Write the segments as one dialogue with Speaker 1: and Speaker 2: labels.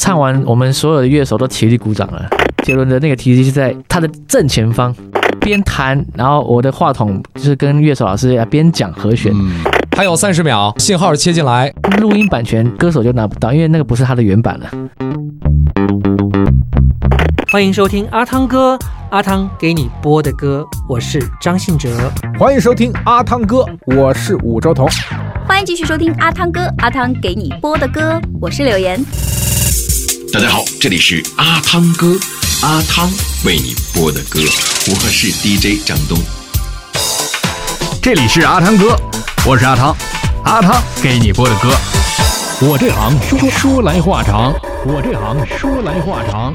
Speaker 1: 唱完，我们所有的乐手都起立鼓掌了。杰伦的那个提示器在他的正前方，边弹，然后我的话筒就是跟乐手老师啊边讲和弦。
Speaker 2: 嗯，还有三十秒，信号切进来。
Speaker 1: 录音版权歌手就拿不到，因为那个不是他的原版了。
Speaker 3: 欢迎收听阿汤哥，阿汤给你播的歌，我是张信哲。
Speaker 4: 欢迎收听阿汤哥，我是武周彤。
Speaker 5: 欢迎继续收听阿汤哥，阿汤给你播的歌，我是柳岩。
Speaker 6: 大家好，这里是阿汤哥，阿汤为你播的歌，我是 DJ 张东。
Speaker 7: 这里是阿汤哥，我是阿汤，阿汤给你播的歌。我这行说说来话长，我这行说来话长。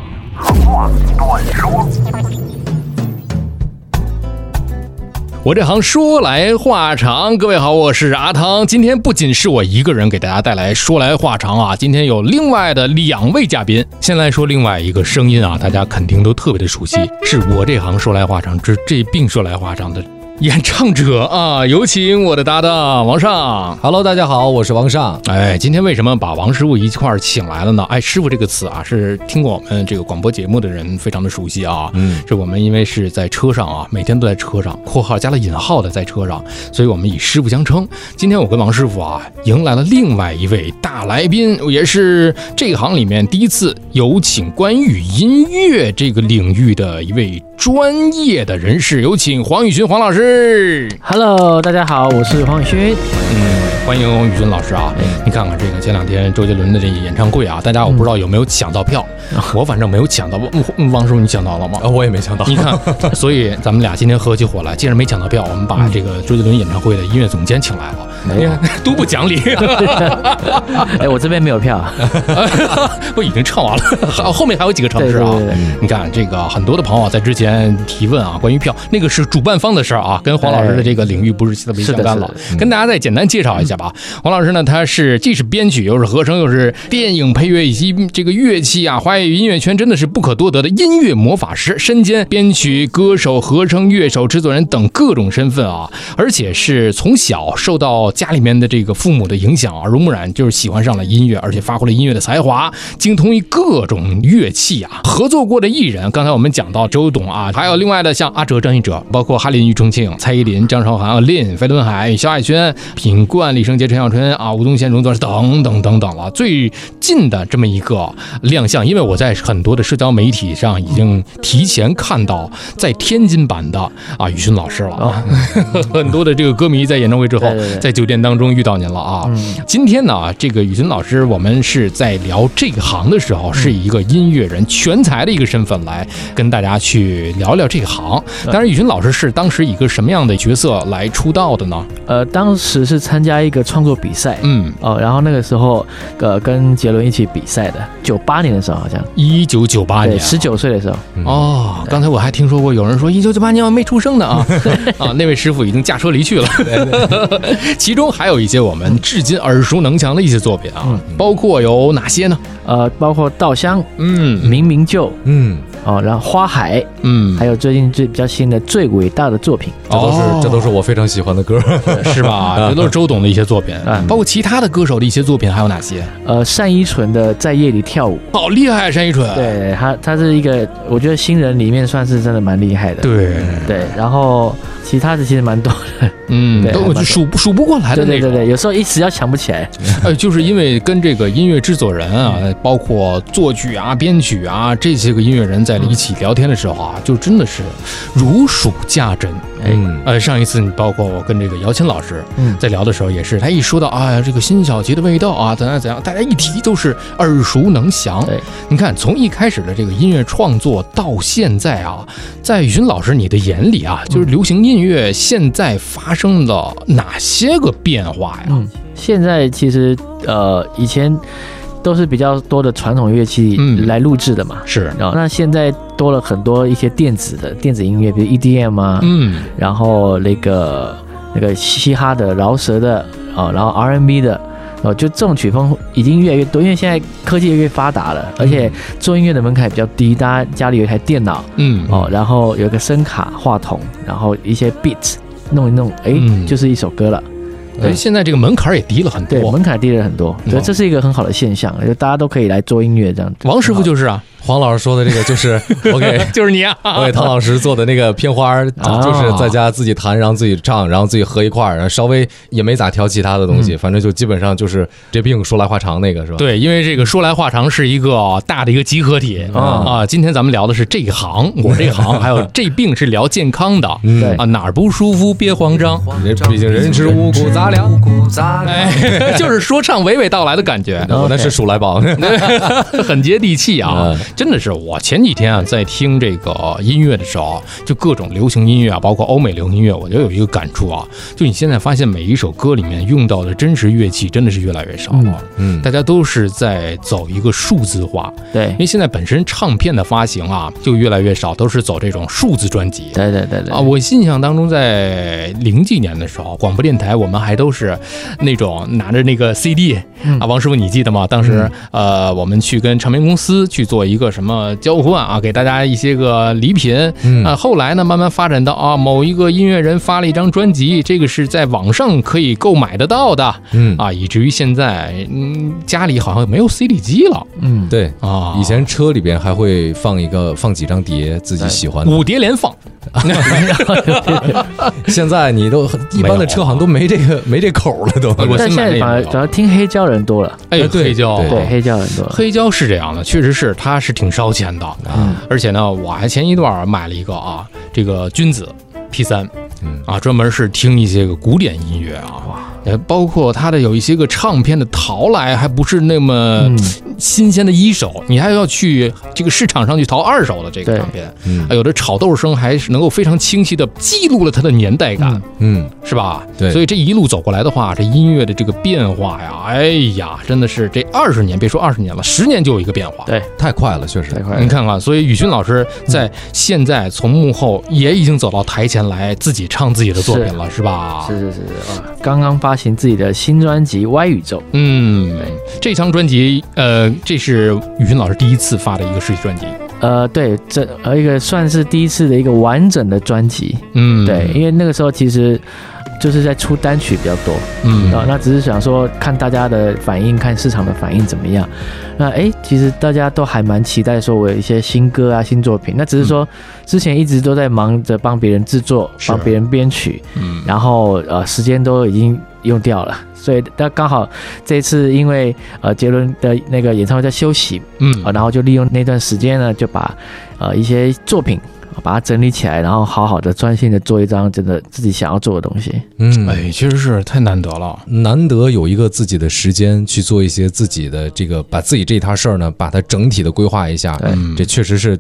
Speaker 2: 我这行说来话长，各位好，我是阿汤。今天不仅是我一个人给大家带来说来话长啊，今天有另外的两位嘉宾。先来说另外一个声音啊，大家肯定都特别的熟悉，是我这行说来话长之这病说来话长的演唱者啊。有请我的搭档王上。Hello，大家好，我是王尚。
Speaker 7: 哎
Speaker 2: 哎，，今天为什么把王师傅一块儿请来了呢？哎，师傅这个词啊，是听过我们这个广播节目的人非常的熟悉啊。
Speaker 7: 嗯，
Speaker 2: 这我们因为是在车上啊，每天都在车上（括号加了引号的在车上），所以我们以师傅相称。今天我跟王师傅啊，迎来了另外一位大来宾，也是这行里面第一次有请关于音乐这个领域的一位专业的人士，有请黄宇勋黄老师。
Speaker 1: Hello，大家好，我是黄宇 轩。
Speaker 2: 嗯，欢迎宇军老师啊！你看看这个前两天周杰伦的这个演唱会啊，大家我不知道有没有抢到票， 我反正没有抢到。嗯嗯王师傅，你抢到了吗？
Speaker 7: 我也没想到
Speaker 2: 你看， 所以咱们俩今天合起伙来，既然没抢到票，我们把这个周杰伦演唱会的音乐总监请来了。你 看，多不讲理！
Speaker 1: 哎，我这边没有票。
Speaker 2: 我已经唱完了， 还后面还有几个城
Speaker 1: 对
Speaker 2: 市
Speaker 1: 对
Speaker 2: 啊。
Speaker 1: 对对，
Speaker 2: 你看，这个很多的朋友啊在之前提问啊，关于票，那个是主办方的事儿啊，跟黄老师的这个领域不是特别相干了
Speaker 1: 是的。嗯
Speaker 2: 跟大家再简单介绍一下吧。黄老师呢，他是既是编曲，又是和声，又是电影配乐以及这个乐器啊，华语音乐圈真的是不可多得的音乐魔法师，身兼编曲、歌手、合声、乐手、制作人等各种身份啊，而且是从小受到家里面的这个父母的影响耳啊濡目染，就是喜欢上了音乐，而且发挥了音乐的才华，精通于各种乐器啊。合作过的艺人，刚才我们讲到周董啊，还有另外的像阿哲、张信哲，包括哈林、庾澄庆、蔡依林、张韶涵、啊林、飞轮海、萧亚轩、品冠、李圣杰、陈小春啊、吴宗宪、容祖儿等等等等了。最近的这么一个亮相，因为我在很多的社交媒体上已经提前看到在天津版的啊宇勋老师了啊， 很多的这个歌迷在演唱会之后
Speaker 1: 对对对
Speaker 2: 在酒店当中遇到您了啊。今天呢，这个宇军老师，我们是在聊这个行的时候，是以一个音乐人全才的一个身份来跟大家去聊聊这个行。当然，宇军老师是当时以一个什么样的角色来出道的呢？
Speaker 1: 呃，当时是参加一个创作比赛。
Speaker 2: 嗯，
Speaker 1: 哦，然后那个时候，呃，跟杰伦一起比赛的，九八年的时候好像，
Speaker 2: 一九九八
Speaker 1: 对，
Speaker 2: 年，
Speaker 1: 十。九岁的时候，
Speaker 2: 哦，刚才我还听说过有人说一九九八年我没出生呢啊 啊，那位师傅已经驾车离去了。 其中还有一些我们至今耳熟能详的一些作品啊，包括有哪些呢？
Speaker 1: 呃，包括《稻香》《
Speaker 2: 嗯
Speaker 1: 明明就》
Speaker 4: 嗯，
Speaker 1: 哦，然后《花海》，
Speaker 2: 嗯哦
Speaker 1: 还有最近最比较新的《最伟大的作品
Speaker 4: 这都是、这都是我非常喜欢的歌。
Speaker 2: 是 吧？这都是周董的一些作品
Speaker 1: 嗯，
Speaker 2: 包括其他的歌手的一些作品，还有哪些？》，
Speaker 1: 呃，单依纯的《在夜里跳舞
Speaker 2: 好厉害啊，单依纯！》，
Speaker 1: 对他，他是一个我觉得新人里面算是真的蛮厉害的。
Speaker 2: 对，
Speaker 1: 对，然后其他的其实蛮多的，
Speaker 2: 嗯，
Speaker 1: 对还
Speaker 2: 都
Speaker 1: 蛮多
Speaker 2: 数不数不过来的
Speaker 1: 对
Speaker 2: 那
Speaker 1: 对对对，
Speaker 2: 种。
Speaker 1: 有时候一时要想不起来。
Speaker 2: 呃，就是因为跟这个音乐制作人啊，
Speaker 1: 嗯
Speaker 2: 包括作曲啊、编曲啊这些个音乐人在一起聊天的时候啊，
Speaker 1: 嗯
Speaker 2: 就真的是如数家珍。
Speaker 4: 嗯，
Speaker 2: 呃，上一次你包括我跟这个姚琴老师
Speaker 1: 嗯
Speaker 2: 在聊的时候，也是他一说到啊这个辛晓琪的味道啊怎样怎样，大家一提都是耳熟能详
Speaker 1: 对。
Speaker 2: 你看从一开始的这个音乐创作到现在啊，在宇军老师你的眼里啊，就是
Speaker 1: 嗯
Speaker 2: 流行音乐现在发生了哪些个变化呀？
Speaker 1: 嗯，现在其实呃，以前都是比较多的传统乐器
Speaker 2: 嗯
Speaker 1: 来录制的嘛，
Speaker 2: 是，
Speaker 1: 然后那现在多了很多一些电子的电子音乐，比如 EDM 啊，
Speaker 2: 嗯
Speaker 1: 然后那个那个嘻哈的、饶舌的啊、然后 R&B 的。哦，就这种曲风已经越来越多，因为现在科技越来越发达
Speaker 2: 嗯
Speaker 1: 了，而且做音乐的门槛比较低，大家家里有一台电脑，
Speaker 2: 嗯
Speaker 1: 哦，然后有一个声卡、话筒，然后一些 beat 弄一弄，哎、
Speaker 2: 嗯
Speaker 1: 就是一首歌了。
Speaker 2: 哎，现在这个门槛儿也低了很
Speaker 1: 对，
Speaker 2: 多
Speaker 1: 门。槛低了很多，对，
Speaker 2: 嗯
Speaker 1: 这是一个很好的现象，就大家都可以来做音乐这样子。
Speaker 8: 王师傅就是啊，黄老师说的这个就是我给
Speaker 2: 就是你啊，
Speaker 8: 我给唐老师做的那个片花儿，
Speaker 1: 啊
Speaker 8: 就是在家自己弹，然后自己唱，然后自己合一块儿，然后稍微也没咋调其他的东西，反正就基本上就是这病说来话长那个是 吧？，
Speaker 2: 对，因为这个说来话长，是一个哦大的一个集合体啊啊。今天咱们聊的是这一行，我这行，还有这病是聊健康的，
Speaker 1: 对
Speaker 2: 啊，哪儿不舒服别慌张，
Speaker 8: 人毕竟人吃五谷杂粮，
Speaker 2: 哎， 就是说唱娓娓道来的感觉。
Speaker 8: 我那是鼠来宝，
Speaker 2: 很接地气啊
Speaker 8: 嗯！
Speaker 2: 真的是，我前几天啊在听这个音乐的时候，就各种流行音乐啊，包括欧美流行音乐，我就有一个感触啊，就你现在发现每一首歌里面用到的真实乐器真的是越来越少了，
Speaker 8: 嗯
Speaker 2: 大家都是在走一个数字化，
Speaker 1: 对
Speaker 2: 因，为现在本身唱片的发行啊就越来越少，都是走这种数字专辑。
Speaker 1: 对对对对
Speaker 2: 啊，我印象当中，在零几年的时候，广播电台我们还都是那种拿着那个 CD、啊，王师傅你记得吗？当时、呃，我们去跟唱片公司去做一个什么交换啊，给大家一些个礼品。
Speaker 8: 嗯
Speaker 2: 啊，后来呢，慢慢发展到啊，某一个音乐人发了一张专辑，这个是在网上可以购买得到的
Speaker 8: 嗯，
Speaker 2: 啊，以至于现在嗯，家里好像没有 CD 机了
Speaker 1: 嗯，
Speaker 8: 对。
Speaker 2: 啊，
Speaker 8: 以前车里边还会放一个放几张碟自己喜欢的，
Speaker 2: 五碟连放。
Speaker 8: 现在你都一般的车好像都没这个没这口了都。
Speaker 2: 我
Speaker 1: 但
Speaker 2: 新
Speaker 1: 现在
Speaker 2: 买那
Speaker 1: 反而
Speaker 2: 个
Speaker 1: 反而听黑胶的人多了，
Speaker 2: 哎，
Speaker 8: 哎对
Speaker 2: 黑胶，
Speaker 8: 对
Speaker 1: 对，黑胶的人多了。
Speaker 2: 黑胶是这样的，确实是，它是挺烧钱的。
Speaker 8: 嗯
Speaker 2: 而且呢，我还前一段儿买了一个啊，这个君子 P 三
Speaker 8: 嗯，
Speaker 2: 啊，专门是听一些个古典音乐啊，也包括它的有一些个唱片的淘来，还不是那么
Speaker 8: 嗯
Speaker 2: 新鲜的一手，你还要去这个市场上去淘二手的这个
Speaker 1: 对
Speaker 2: 唱片。
Speaker 8: 嗯
Speaker 2: 啊有的炒豆声还是能够非常清晰的记录了它的年代感。
Speaker 8: 嗯，
Speaker 2: 是吧？
Speaker 8: 对
Speaker 2: 所以这一路走过来的话，这音乐的这个变化呀，哎呀，真的是这二十年，别说二十年了，十年就有一个变化。
Speaker 1: 对
Speaker 8: 太快了，确实
Speaker 1: 太。快
Speaker 2: 你
Speaker 1: 了，
Speaker 2: 看看，所以宇勋老师在现在从幕后也已经走到台前来，自己唱自己的作品了，是吧？
Speaker 1: 是是是是，哇，刚刚发行自己的新专辑《歪宇宙》，
Speaker 2: 嗯，这张专辑，呃，这是宇勋老师第一次发的一个实体专辑。
Speaker 1: 呃，对，这呃一个算是第一次的一个完整的专辑，
Speaker 2: 嗯，
Speaker 1: 对，因为那个时候其实就是在出单曲比较多，
Speaker 2: 嗯
Speaker 1: 啊，那只是想说看大家的反应，看市场的反应怎么样。那诶，其实大家都还蛮期待说我有一些新歌啊、新作品。那只是
Speaker 2: 嗯
Speaker 1: 说之前一直都在忙着帮别人制作、帮别人编曲，
Speaker 2: 嗯
Speaker 1: 然后呃时间都已经用掉了，所以但刚好这次因为呃杰伦的那个演唱会在休息
Speaker 2: 嗯
Speaker 1: 啊，然后就利用那段时间呢，就把呃一些作品。呃把它整理起来，然后好好的专心的做一张真的自己想要做的东西。
Speaker 8: 嗯，
Speaker 2: 哎，确实是太难得了。
Speaker 8: 难得有一个自己的时间去做一些自己的这个，把自己这摊事儿呢，把它整体的规划一下。
Speaker 2: 嗯
Speaker 8: 这确实是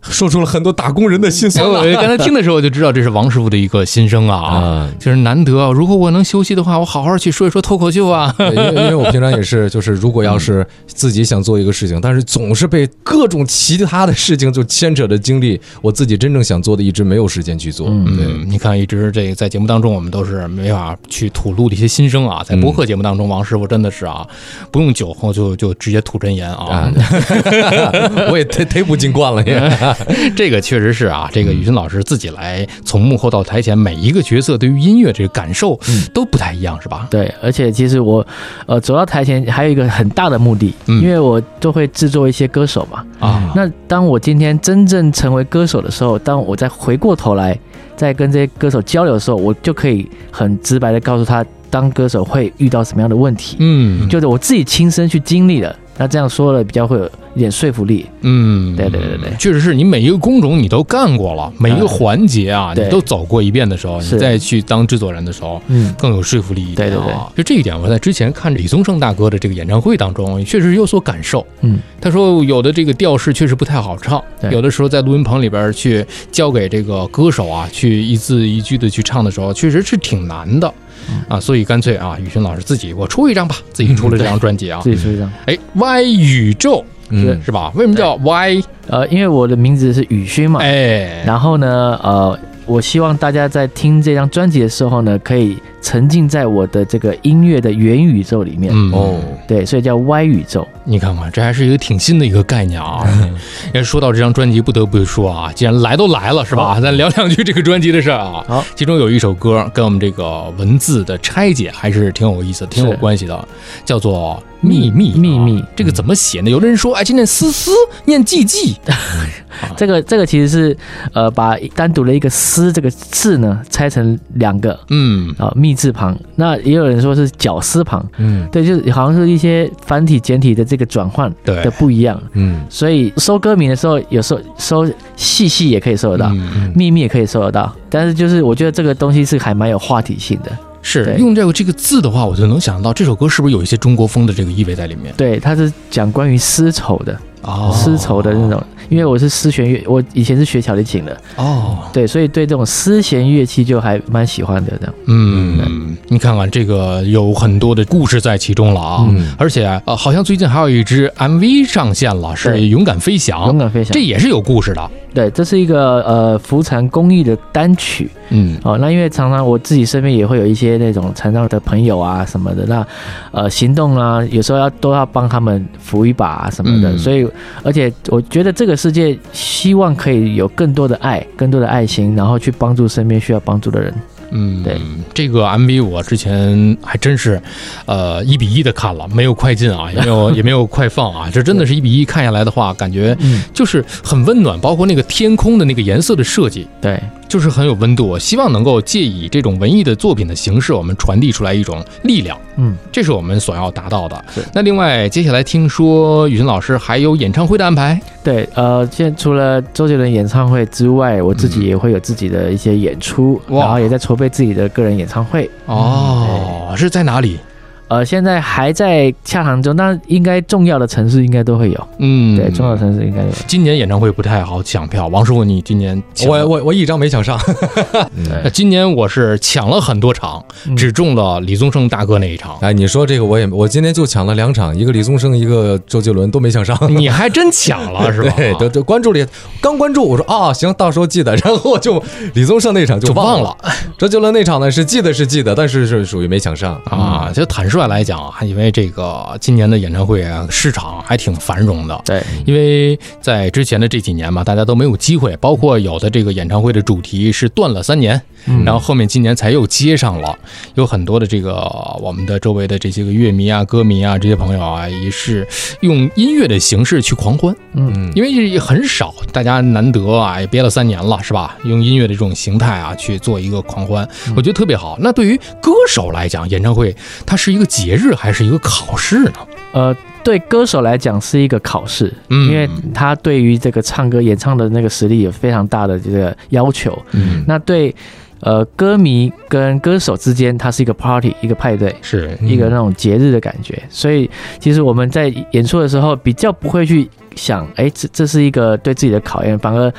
Speaker 8: 说出了很多打工人的心
Speaker 2: 哎
Speaker 8: 酸
Speaker 2: 我
Speaker 8: 了
Speaker 2: 刚才听的时候就知道这是王师傅的一个心声啊。
Speaker 8: 啊。
Speaker 2: 就是难得啊，如果我能休息的话，我好好去说一说脱口秀啊。
Speaker 8: 对因为因为我平常也是，就是如果要是自己想做一个事情，但是总是被各种其他的事情就牵扯着精力，我自己真正想做的一直没有时间去做。对，
Speaker 2: 嗯，你看，一直这个在节目当中，我们都是没法去吐露的一些心声啊。在
Speaker 1: 嗯
Speaker 2: 播客节目当中，王师傅真的是啊，不用酒后就就直接吐真言啊
Speaker 8: 啊。
Speaker 2: 嗯
Speaker 8: 我也忒忒不进惯了也。
Speaker 2: 哎这个确实是啊，这个宇轩老师自己来从幕后到台前，每一个角色对于音乐这个感受
Speaker 1: 嗯
Speaker 2: 都不太一样，是吧？
Speaker 1: 对，而且其实我，呃，走到台前还有一个很大的目的，
Speaker 2: 嗯
Speaker 1: 因为我都会制作一些歌手嘛。
Speaker 2: 啊，
Speaker 1: 那当我今天真正成为歌手的时候，当我再回过头来，再跟这些歌手交流的时候，我就可以很直白的告诉他，当歌手会遇到什么样的问题，
Speaker 2: 嗯，
Speaker 1: 就是我自己亲身去经历了。那这样说了比较会有一点说服力，
Speaker 2: 嗯，
Speaker 1: 对对对对对
Speaker 2: 确实是你每一个工种你都干过了，每一个环节啊，
Speaker 1: 对
Speaker 2: 你都走过一遍的时候，你
Speaker 1: 是
Speaker 2: 再去当制作人的时候，
Speaker 1: 嗯，
Speaker 2: 更有说服力一点、啊。
Speaker 1: 对对
Speaker 2: 就这一点，我在之前看李宗盛大哥的这个演唱会当中，确实有所感受。
Speaker 1: 嗯，
Speaker 2: 他说有的这个调式确实不太好唱，
Speaker 1: 对
Speaker 2: 有的时候在录音棚里边去交给这个歌手啊，去一字一句的去唱的时候，确实是挺难的。
Speaker 1: 嗯
Speaker 2: 啊，所以干脆啊，宇轩老师自己我出一张吧，自己出了这张专辑啊
Speaker 1: 自，己说一张。
Speaker 2: 哎，Y 宇宙
Speaker 8: 嗯，
Speaker 2: 是吧？为什么叫 Y？
Speaker 1: 呃，因为我的名字是宇勋嘛，
Speaker 2: 哎，
Speaker 1: 然后呢，呃，我希望大家在听这张专辑的时候呢，可以沉浸在我的这个音乐的元宇宙里面。
Speaker 2: 嗯
Speaker 8: 哦，
Speaker 1: 对，所以叫 Y 宇宙。
Speaker 2: 你看看，这还是一个挺新的一个概念啊。也说到这张专辑，不得不说啊，既然来都来了，是吧？咱聊两句这个专辑的事儿啊。
Speaker 1: 好，
Speaker 2: 其中有一首歌跟我们这个文字的拆解还是挺有意思的，挺有
Speaker 1: 是
Speaker 2: 关系的，叫做《秘密》啊。
Speaker 1: 秘密
Speaker 2: 这个怎么写呢？有的人说，哎，这念思思，念寂寂。
Speaker 1: 这个这个其实是呃，把单独的一个“思”这个字呢拆成两个
Speaker 2: 嗯，
Speaker 1: 啊，密字旁。那也有人说是绞丝旁，
Speaker 8: 嗯
Speaker 1: 对，就是好像是一些繁体简体的这个转换
Speaker 2: 对
Speaker 1: 的不一样。
Speaker 8: 嗯
Speaker 1: 所以搜歌名的时候，有时候搜细细也可以搜得到，
Speaker 2: 嗯
Speaker 1: 秘密也可以搜得到。但是就是我觉得这个东西是还蛮有话题性的。
Speaker 2: 是
Speaker 1: 对
Speaker 2: 用这个这个字的话，我就能想到这首歌是不是有一些中国风的这个意味在里面
Speaker 1: 对，它是讲关于丝绸的，
Speaker 2: 哦
Speaker 1: 丝绸的那种。因为我是丝弦乐，我以前是学小提琴的，
Speaker 2: 哦。
Speaker 1: 对，所以对这种丝弦乐器就还蛮喜欢的。这样，
Speaker 2: 嗯，你看看这个有很多的故事在其中了啊，
Speaker 8: 嗯
Speaker 2: 而且呃，好像最近还有一支 MV 上线了，是《
Speaker 1: 对
Speaker 2: 勇敢飞翔》，
Speaker 1: 勇敢飞翔
Speaker 2: 这也是有故事的。
Speaker 1: 对，这是一个呃福禅公益的单曲
Speaker 2: 嗯
Speaker 1: 哦。那因为常常我自己身边也会有一些那种残障的朋友啊什么的，那呃行动啊，有时候要都要帮他们扶一把、啊、什么的。
Speaker 2: 嗯
Speaker 1: 所以，而且我觉得这个世界希望可以有更多的爱，更多的爱心，然后去帮助身边需要帮助的人。
Speaker 2: 嗯，
Speaker 1: 对，
Speaker 2: 这个 MV 我之前还真是，呃，一比一的看了，没有快进啊，也没有也没有快放 啊，这真的是一比一看下来的话，感觉
Speaker 1: 嗯
Speaker 2: 就是很温暖，包括那个天空的那个颜色的设计，
Speaker 1: 对，
Speaker 2: 就是很有温度。我希望能够借以这种文艺的作品的形式，我们传递出来一种力量。
Speaker 1: 嗯，
Speaker 2: 这是我们所要达到的
Speaker 1: 是。
Speaker 2: 那另外，接下来听说雨辰老师还有演唱会的安排，
Speaker 1: 对，呃，现在除了周杰伦演唱会之外，我自己也会有自己的一些演出，
Speaker 2: 哇
Speaker 1: 然后也在筹备自己的个人演唱会。
Speaker 2: 哦，是在哪里？
Speaker 1: 呃，现在还在洽谈中，但应该重要的城市应该都会有，
Speaker 2: 嗯，
Speaker 1: 对，重要的城市应该有。
Speaker 2: 今年演唱会不太好抢票，王师傅，你今年抢
Speaker 8: 我我我一张没抢上，
Speaker 2: 呃今年我是抢了很多场，
Speaker 1: 嗯
Speaker 2: 只中了李宗盛大哥那一场。
Speaker 8: 哎，你说这个我也，我今天就抢了两场，一个李宗盛，一个周杰伦，都没抢上。
Speaker 2: 你还真抢 了嗯啊是吧？
Speaker 8: 对，都都关注了，刚关注，我说啊、行，到时候记得。 然后我就李宗盛那场就
Speaker 2: 就忘
Speaker 8: 忘了，周杰伦那场呢是记得是记得，但是是属于没抢上。
Speaker 2: 啊，就坦率来讲啊，因为这个今年的演唱会啊，市场还挺繁荣的。
Speaker 1: 对，
Speaker 2: 因为在之前的这几年嘛，大家都没有机会，包括有的这个演唱会的主题是断了三年，然后后面今年才又接上了。有很多的这个我们的周围的这些个乐迷啊、歌迷啊这些朋友啊，也是用音乐的形式去狂欢，
Speaker 1: 嗯，
Speaker 2: 因为也很少，大家难得啊，也憋了三年了，是吧？用音乐的这种形态啊去做一个狂欢，我觉得特别好。那对于歌手来讲，演唱会它是一个节日还是一个考试呢？
Speaker 1: 呃，对歌手来讲是一个考试，
Speaker 2: 嗯
Speaker 1: 因为他对于这个唱歌、演唱的那个实力有非常大的这个要求。
Speaker 2: 嗯，
Speaker 1: 那对，呃，歌迷跟歌手之间，它是一个 party，一个派对。
Speaker 2: 是
Speaker 1: 一个那种节日的感觉，所以其实我们在演出的时候比较不会去想，哎，这这是一个对自己的考验，反而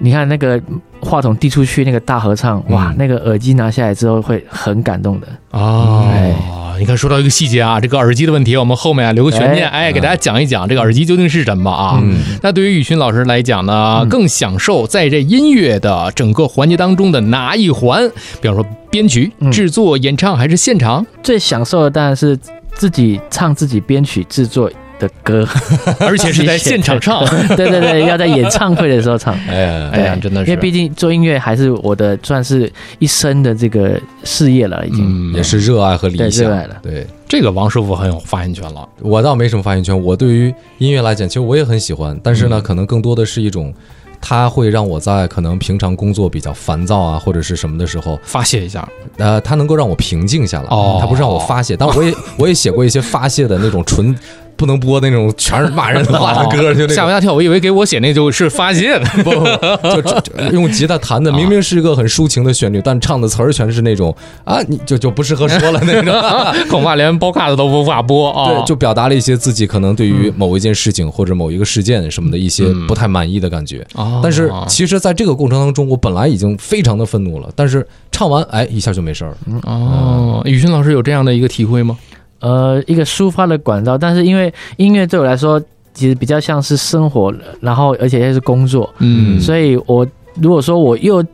Speaker 1: 你看那个话筒递出去那个大合唱，
Speaker 2: 嗯
Speaker 1: 哇，那个耳机拿下来之后会很感动的。
Speaker 2: 哦，你看，说到一个细节啊，这个耳机的问题，我们后面啊留个悬念，哎，给大家讲一讲这个耳机究竟是什么啊？
Speaker 8: 嗯
Speaker 2: 那对于雨勋老师来讲呢，更享受在这音乐的整个环节当中的哪一环？比方说编曲、
Speaker 1: 嗯
Speaker 2: 制作、演唱还是现场？
Speaker 1: 最享受的当然是自己唱、自己编曲、制作的歌，
Speaker 2: 而且是在现场唱。
Speaker 1: 对对对，要在演唱会的时候唱。
Speaker 8: 哎呀，
Speaker 2: 哎呀，真的是，
Speaker 1: 因为毕竟做音乐还是我的算是一生的这个事业了，已经。
Speaker 2: 嗯，
Speaker 8: 也是热爱和理
Speaker 1: 对
Speaker 8: 想
Speaker 1: 热爱了。
Speaker 8: 对
Speaker 2: 这个王师傅很有发言权了。
Speaker 8: 我倒没什么发言权，我对于音乐来讲，其实我也很喜欢，但是呢，
Speaker 2: 嗯
Speaker 8: 可能更多的是一种。它会让我在可能平常工作比较烦躁啊，或者是什么的时候，
Speaker 2: 发泄一下，
Speaker 8: 呃，它能够让我平静下来，
Speaker 2: 哦
Speaker 8: 它不是让我发泄。但 我也我也写过一些发泄的那种纯不能播那种全是骂人的话的歌，就那
Speaker 2: 哦吓我
Speaker 8: 种
Speaker 2: 一大跳，我以为给我写那就是发泄的。
Speaker 8: 不不就就就用吉他弹的，明明是一个很抒情的旋律，但唱的词儿全是那种啊，你就就不适合说了 那种。
Speaker 2: 恐怕连包卡子都无法播啊！
Speaker 8: 对，就表达了一些自己可能对于某一件事情或者某一个事件什么的一些不太满意的感觉。
Speaker 2: 哦
Speaker 8: 但是其实，在这个过程当中，我本来已经非常的愤怒了，但是唱完，哎，一下就没事儿了。
Speaker 2: 哦，雨勋老师有这样的一个体会吗？
Speaker 1: 呃一个抒发的管道，但是因为音乐对我来说其实比较像是生活，然后而且也是工作，
Speaker 2: 嗯
Speaker 1: 所以我如果说我又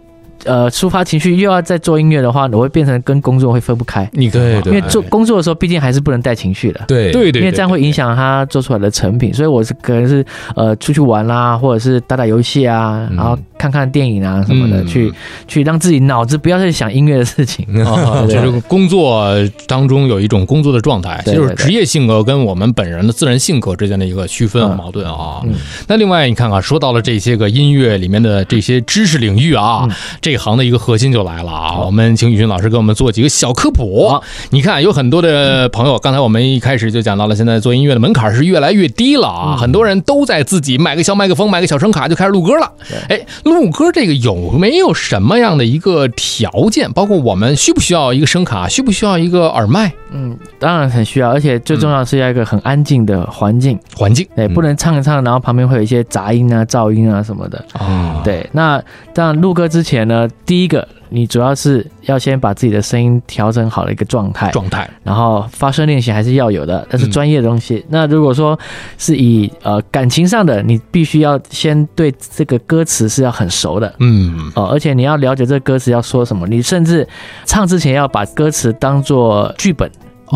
Speaker 1: 呃抒发情绪又要再做音乐的话，我会变成跟工作会分不开，
Speaker 2: 你看
Speaker 8: 对
Speaker 2: 啊
Speaker 8: 对
Speaker 1: 因为做工作的时候毕竟还是不能带情绪的。
Speaker 8: 对
Speaker 2: 对对，
Speaker 1: 因为这样会
Speaker 2: 对
Speaker 1: 影响他做出来的成品，所以我是可能是呃出去玩啦，或者是打打游戏啊，
Speaker 8: 嗯
Speaker 1: 然后看看电影啊什么的，
Speaker 2: 嗯
Speaker 1: 去去让自己脑子不要再想音乐的事 情。哦
Speaker 2: 啊，
Speaker 1: 对
Speaker 2: 就
Speaker 1: 对
Speaker 2: 是工作当中有一种工作的状态，
Speaker 1: 对
Speaker 2: 就
Speaker 1: 对
Speaker 2: 是职业性格跟我们本人的自然性格之间的一个区分和
Speaker 1: 嗯
Speaker 2: 矛盾啊。
Speaker 1: 嗯
Speaker 2: 那另外你看看，说到了这些个音乐里面的这些知识领域
Speaker 1: 嗯
Speaker 2: 啊，这一行的一个核心就来了啊。我们请宇军老师给我们做几个小科普。
Speaker 1: 好
Speaker 2: 你看，有很多的朋友，刚才我们一开始就讲到了，现在做音乐的门槛是越来越低了
Speaker 1: 嗯
Speaker 2: 啊，很多人都在自己买个小麦克风，买个小声卡就开始录歌了。哎，录歌这个有没有什么样的一个条件？包括我们需不需要一个声卡，需不需要一个耳麦
Speaker 1: 嗯，当然很需要，而且最重要
Speaker 2: 嗯
Speaker 1: 的是要一个很安静的环境，
Speaker 2: 环境
Speaker 1: 对，不能唱一唱，然后旁边会有一些杂音啊、噪音啊什么的。
Speaker 2: 啊？
Speaker 1: 对，那当然录歌之前呢，第一个你主要是要先把自己的声音调整好的一个状态，
Speaker 2: 状态
Speaker 1: 然后发声练习还是要有的，但是
Speaker 2: 嗯
Speaker 1: 专业的东西。那如果说是以呃感情上的，你必须要先对这个歌词是要很熟的。
Speaker 2: 嗯，
Speaker 1: 哦，而且你要了解这歌词要说什么，你甚至唱之前要把歌词当做剧本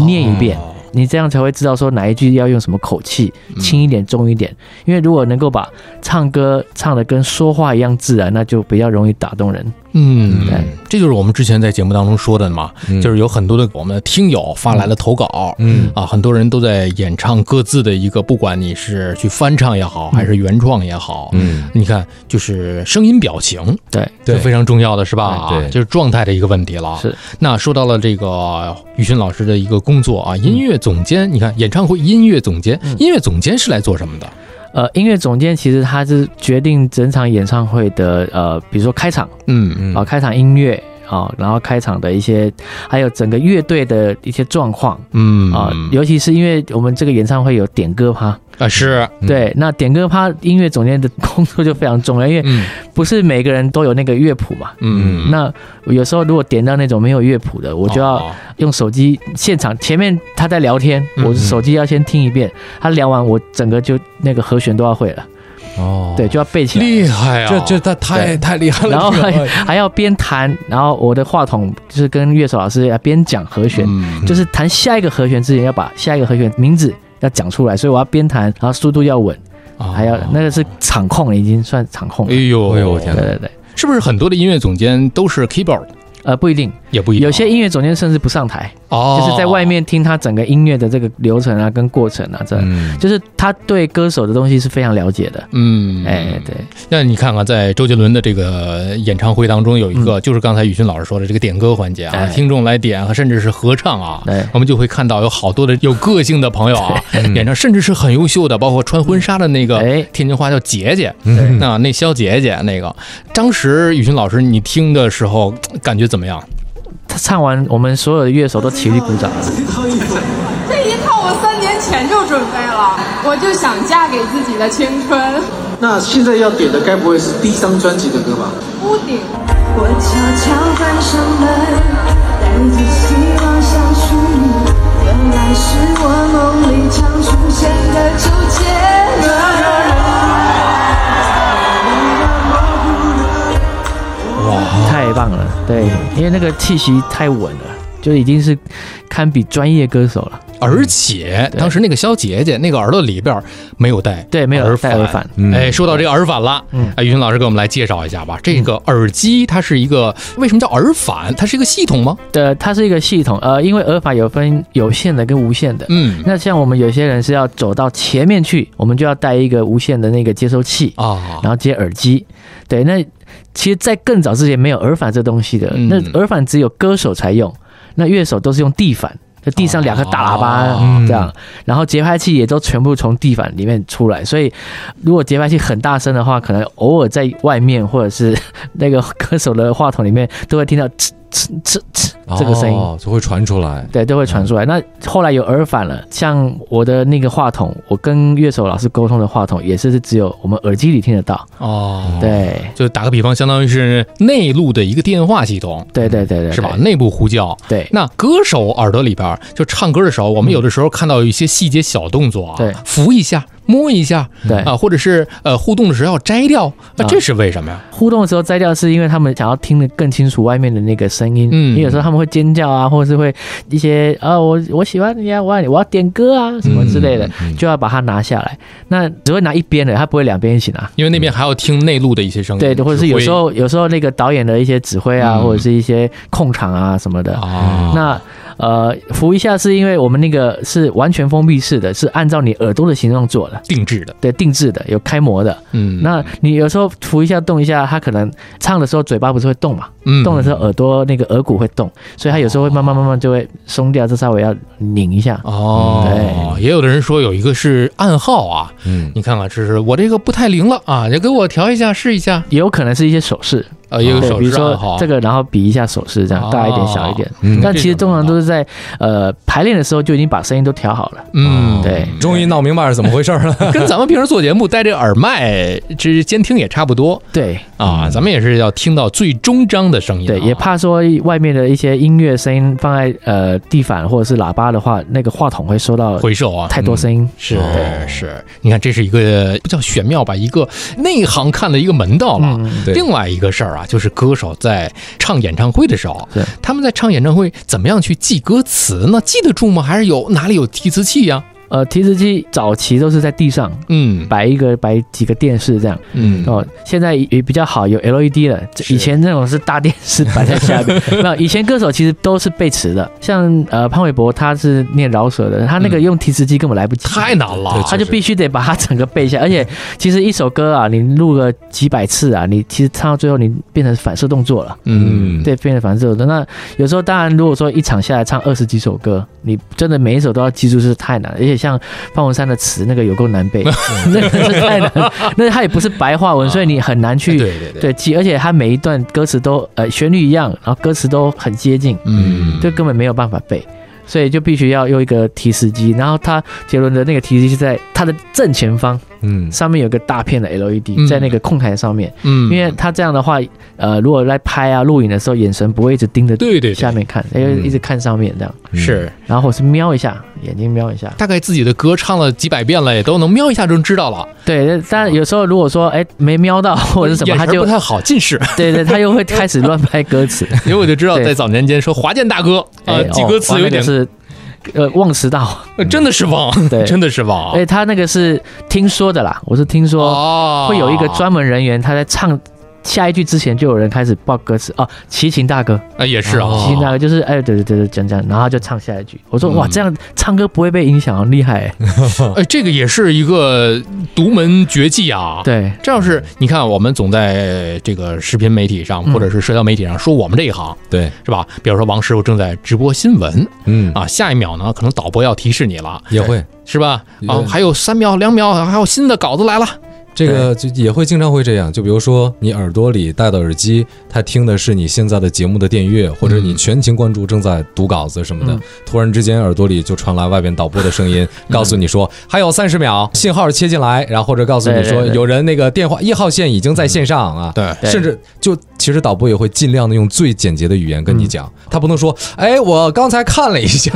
Speaker 1: 念一遍，你这样才会知道说哪一句要用什么口气，轻一点、重一点。因为如果能够把唱歌唱的跟说话一样自然，那就比较容易打动人。
Speaker 2: 嗯
Speaker 1: 对，
Speaker 2: 这就是我们之前在节目当中说的嘛，
Speaker 8: 嗯
Speaker 2: 就是有很多的我们的听友发来的投稿，
Speaker 8: 嗯
Speaker 2: 啊，很多人都在演唱各自的一个，不管你是去翻唱也好，还是原创也好，
Speaker 8: 嗯，
Speaker 2: 你看就是声音表情，
Speaker 1: 对，
Speaker 8: 对
Speaker 2: 是非常重要的是吧？
Speaker 8: 哎对
Speaker 2: 就是状态的一个问题了。
Speaker 1: 是。
Speaker 2: 那说到了这个于勋老师的一个工作啊，音乐总监，你看演唱会音乐总监，音乐总监是来做什么的？
Speaker 1: 呃，音乐总监其实他是决定整场演唱会的呃，比如说开场
Speaker 2: 嗯
Speaker 1: 啊、开场音乐啊、然后开场的一些，还有整个乐队的一些状况
Speaker 2: 嗯
Speaker 1: 啊、尤其是因为我们这个演唱会有点歌趴，
Speaker 2: 啊是
Speaker 8: 嗯
Speaker 1: 对，那点歌趴音乐总监的工作就非常重要，因为
Speaker 2: 嗯
Speaker 1: 不是每个人都有那个乐谱嘛。
Speaker 2: 嗯
Speaker 1: 那有时候如果点到那种没有乐谱的，我就要
Speaker 2: 哦
Speaker 1: 用手机现场前面他在聊天，
Speaker 2: 嗯
Speaker 1: 我手机要先听一遍，他聊完我整个就那个和弦都要会了，
Speaker 8: 哦
Speaker 1: 对，，就要背起来。
Speaker 2: 厉害啊！
Speaker 8: 这这他太
Speaker 1: 对
Speaker 8: 太厉害了，
Speaker 1: 然后
Speaker 8: 这个
Speaker 1: 还 还要边弹，然后我的话筒就是跟乐手老师要边讲和弦，
Speaker 2: 嗯
Speaker 1: 就是弹下一个和弦之前要把下一个和弦名字要讲出来，所以我要边弹，然后速度要稳，还要哎那个是场控，已经算场控了
Speaker 2: 啊哦哎。呦
Speaker 8: 哎呦我天
Speaker 1: 对
Speaker 8: 哪
Speaker 1: 对对，
Speaker 2: 是不是很多的音乐总监都是 keyboard？
Speaker 1: 呃，不一定，
Speaker 2: 也不一定，
Speaker 1: 有些音乐总监甚至不上台，
Speaker 2: 哦，
Speaker 1: 就是在外面听他整个音乐的这个流程啊，跟过程啊，这
Speaker 8: 嗯，
Speaker 1: 就是他对歌手的东西是非常了解的。
Speaker 2: 嗯，
Speaker 1: 哎，对，
Speaker 2: 那你看看，在周杰伦的这个演唱会当中，有一
Speaker 1: 嗯
Speaker 2: 个就是刚才宇勋老师说的这个点歌环节啊，
Speaker 1: 哎
Speaker 2: 听众来点，啊，甚至是合唱啊
Speaker 1: 对，
Speaker 2: 我们就会看到有好多的有个性的朋 友啊，演唱甚至是很优秀的，包括穿婚纱的那个
Speaker 1: 哎
Speaker 2: 天津话叫姐姐，那那肖姐姐那个，当时宇勋老师你听的时候感觉怎么样？
Speaker 1: 他唱完，我们所有的乐手都起立鼓掌了。
Speaker 9: 这一套我三年前就准备了，我就想嫁给自己的青春。
Speaker 10: 那现在要点的该不会是第一张专辑的歌吧？
Speaker 9: 屋顶，
Speaker 11: 我悄悄关上门，带着希望想出门，原来是我梦里常出现的周杰伦。
Speaker 2: 哦
Speaker 1: 太棒了，对，因为那个气息太稳了，就已经是堪比专业歌手了。
Speaker 2: 而且
Speaker 1: 嗯对
Speaker 2: 当时那个肖姐姐那个耳朵里边没有带
Speaker 1: 对，没有
Speaker 2: 耳
Speaker 1: 戴耳返，
Speaker 8: 嗯
Speaker 2: 哎，说到这个耳返了，
Speaker 1: 嗯
Speaker 2: 哎，于迅老师给我们来介绍一下吧。这个耳机它是一个为什么叫耳返？它是一个系统吗？
Speaker 1: 对，它是一个系统，呃，因为耳返有分有线的跟无线的。
Speaker 2: 嗯
Speaker 1: 那像我们有些人是要走到前面去，我们就要带一个无线的那个接收器，
Speaker 2: 啊，
Speaker 1: 然后接耳机。对，那其实，在更早之前没有耳返这东西的，
Speaker 2: 嗯
Speaker 1: 那耳返只有歌手才用，那乐手都是用地反，就地上两个大喇叭、
Speaker 2: 哦
Speaker 1: 这样，然后节拍器也都全部从地反里面出来，所以如果节拍器很大声的话，可能偶 尔在外面或者是那个歌手的话筒里面都会听到呲呲呲呲这个声音
Speaker 8: 哦就会传出来。
Speaker 1: 对，都会传出来。
Speaker 2: 嗯
Speaker 1: 那后来有耳返了，像我的那个话筒，我跟乐手老师沟通的话筒也是只有我们耳机里听得到。
Speaker 2: 哦，
Speaker 1: 对，
Speaker 2: 就打个比方，相当于是内陆的一个电话系统，
Speaker 1: 对对对对，
Speaker 2: 是吧？内部呼叫。
Speaker 1: 对，
Speaker 2: 那歌手耳朵里边儿就唱歌的时候，我们有的时候看到一些细节小动作啊，
Speaker 1: 嗯对
Speaker 2: 扶一下、摸一下，
Speaker 1: 对
Speaker 2: 啊，或者是呃互动的时候要摘掉，那
Speaker 1: 啊
Speaker 2: 这是为什么呀？
Speaker 1: 互动的时候摘掉，是因为他们想要听得更清楚外面的那个声音。
Speaker 2: 嗯
Speaker 1: 因为有时候他们会尖叫啊，或者是会一些啊，我我喜欢你啊，我爱你，我要点歌啊，什么之类的，就要把它拿下来。那只会拿一边的，他不会两边一起拿。
Speaker 2: 因为那边还要听内陆的一些声音，
Speaker 1: 对，或者是有时候有时候那个导演的一些指挥啊，
Speaker 2: 嗯
Speaker 1: 或者是一些控场啊什么的。
Speaker 2: 啊
Speaker 1: 那呃，扶一下是因为我们那个是完全封闭式的，是按照你耳朵的形状做的，
Speaker 2: 定制的，
Speaker 1: 对，定制的，有开模的。
Speaker 2: 嗯，
Speaker 1: 那你有时候扶一下动一下，他可能唱的时候嘴巴不是会动嘛？
Speaker 2: 嗯
Speaker 1: 动的时候耳朵那个耳骨会动，所以他有时候会慢慢慢慢就会松掉，这稍微要拧一下。
Speaker 2: 哦，也有的人说有一个是暗号啊，
Speaker 8: 嗯，
Speaker 2: 你看看，这是我这个不太灵了啊，就给我调一下试一下。
Speaker 1: 也有可能是一些手势，
Speaker 2: 呃也有
Speaker 1: 对哦
Speaker 2: 手势
Speaker 1: 比如
Speaker 2: 暗号
Speaker 1: 说这个，然后比一下手势，这样
Speaker 2: 哦啊
Speaker 1: 大一点、小一点
Speaker 8: 嗯。
Speaker 1: 但其实通常都是在呃排练的时候就已经把声音都调好了。
Speaker 2: 嗯，
Speaker 1: 对，
Speaker 8: 终于闹明白是怎么回事了。
Speaker 2: 跟咱们平时做节目戴这耳麦，这监听也差不多。
Speaker 1: 对
Speaker 2: 啊，咱们也是要听到最终章的声音啊。
Speaker 1: 嗯对，也怕说外面的一些音乐声音放在呃地板或者是喇叭的话，那个话筒会收到
Speaker 2: 回收啊，
Speaker 1: 太多声音。
Speaker 2: 是是，你看这是一个不叫玄妙吧，一个内行看的一个门道了。啊
Speaker 1: 嗯
Speaker 8: 对
Speaker 2: 另外一个事儿啊，就是歌手在唱演唱会的时候
Speaker 1: 对，
Speaker 2: 他们在唱演唱会怎么样去记歌词呢？记得住吗？还是有哪里有提词器呀？
Speaker 1: 呃，提词机早期都是在地上
Speaker 2: 嗯
Speaker 1: 摆一个摆几个电视这样。
Speaker 2: 嗯
Speaker 1: 哦，现在也比较好，有 LED 了。这以前那种是大电视摆在下 面，
Speaker 2: 嗯
Speaker 1: 那以前歌手其实都是背词的，像呃潘玮柏他是念饶舌的，他那个用提词机根本来不及，
Speaker 2: 太难了
Speaker 8: 对，
Speaker 1: 他就必须得把它整个背下。而且其实一首歌啊，你录个几百次啊，你其实唱到最后你变成反射动作了。
Speaker 2: 嗯，
Speaker 1: 对，变成反射动作。那有时候，当然，如果说一场下来唱二十几首歌，你真的每一首都要记住是太难了。而且像方文山的词，那个有够难 背，那 个是太难， 那他也不是白话文，所以你很难去
Speaker 2: 啊对对对
Speaker 1: 对记。而且他每一段歌词都呃旋律一样，然后歌词都很接近，
Speaker 2: 嗯，
Speaker 1: 就根本没有办法背。所以就必须要用一个提示机，然后他杰伦的那个提示机是在他的正前方，
Speaker 8: 嗯，
Speaker 1: 上面有个大片的 LED，、
Speaker 2: 嗯
Speaker 1: 在那个控台上面，
Speaker 2: 嗯，
Speaker 1: 因为他这样的话，呃，如果来拍啊、录影的时候，眼神不会一直盯着
Speaker 2: 对对对
Speaker 1: 下面看，因为一直看上面这样，
Speaker 2: 是
Speaker 1: 然后或是瞄一下，眼睛瞄一下。
Speaker 2: 大概自己的歌唱了几百遍了，也都能瞄一下就知道了，
Speaker 1: 对，但有时候如果说哎没瞄到或者是什么，
Speaker 2: 眼
Speaker 1: 他
Speaker 2: 神
Speaker 1: 就
Speaker 2: 不太好近视。
Speaker 1: 对对，他又会开始乱拍歌 词。
Speaker 2: 因为我就知道，
Speaker 1: 对
Speaker 2: 在早年间说华健大哥啊
Speaker 1: 哎，，
Speaker 2: 记歌词
Speaker 1: 哦
Speaker 2: 有点
Speaker 1: 那个是呃忘词到，
Speaker 2: 呃真的是忘，
Speaker 1: 对
Speaker 2: 真的是忘啊
Speaker 1: 哎，他那个是听说的啦，我是听说
Speaker 2: 哦，
Speaker 1: 会有一个专门人员他在唱。下一句之前就有人开始报歌词哦，齐秦大哥，
Speaker 2: 啊，也是啊，
Speaker 1: 其实那个就是哎，对对对对，讲讲，然后他就唱下一句。我说
Speaker 2: 嗯
Speaker 1: 哇，这样唱歌不会被影响，很厉 害欸。
Speaker 2: 哎，这个也是一个独门绝技啊。。
Speaker 1: 对，
Speaker 2: 这要是你看，我们总在这个视频媒体上
Speaker 1: 嗯
Speaker 2: 或者是社交媒体上说我们这一行
Speaker 8: 对，
Speaker 2: 是吧？比如说王师傅正在直播新闻
Speaker 8: 嗯，
Speaker 2: 啊，下一秒呢，可能导播要提示你了，
Speaker 8: 也会
Speaker 2: 是吧？啊，
Speaker 8: 对
Speaker 1: 嗯
Speaker 2: 还有三秒、两秒，还有新的稿子来了。
Speaker 8: 这个就也会经常会这样，就比如说你耳朵里戴的耳机，它听的是你现在的节目的电乐，或者你全情贯注正在读稿子什么的
Speaker 1: 嗯，
Speaker 8: 突然之间耳朵里就传来外边导播的声音， 告诉你说还有三十秒，信号切进来，然后或者告诉你
Speaker 1: 嗯对对
Speaker 8: 说
Speaker 1: 对嗯
Speaker 8: 有人那个电话一号线已经在线上啊，
Speaker 2: 对
Speaker 1: 对
Speaker 8: 甚至就其实导播也会尽量的用最简洁的语言
Speaker 1: 嗯
Speaker 8: 跟你讲，他不能说哎我刚才看了一下，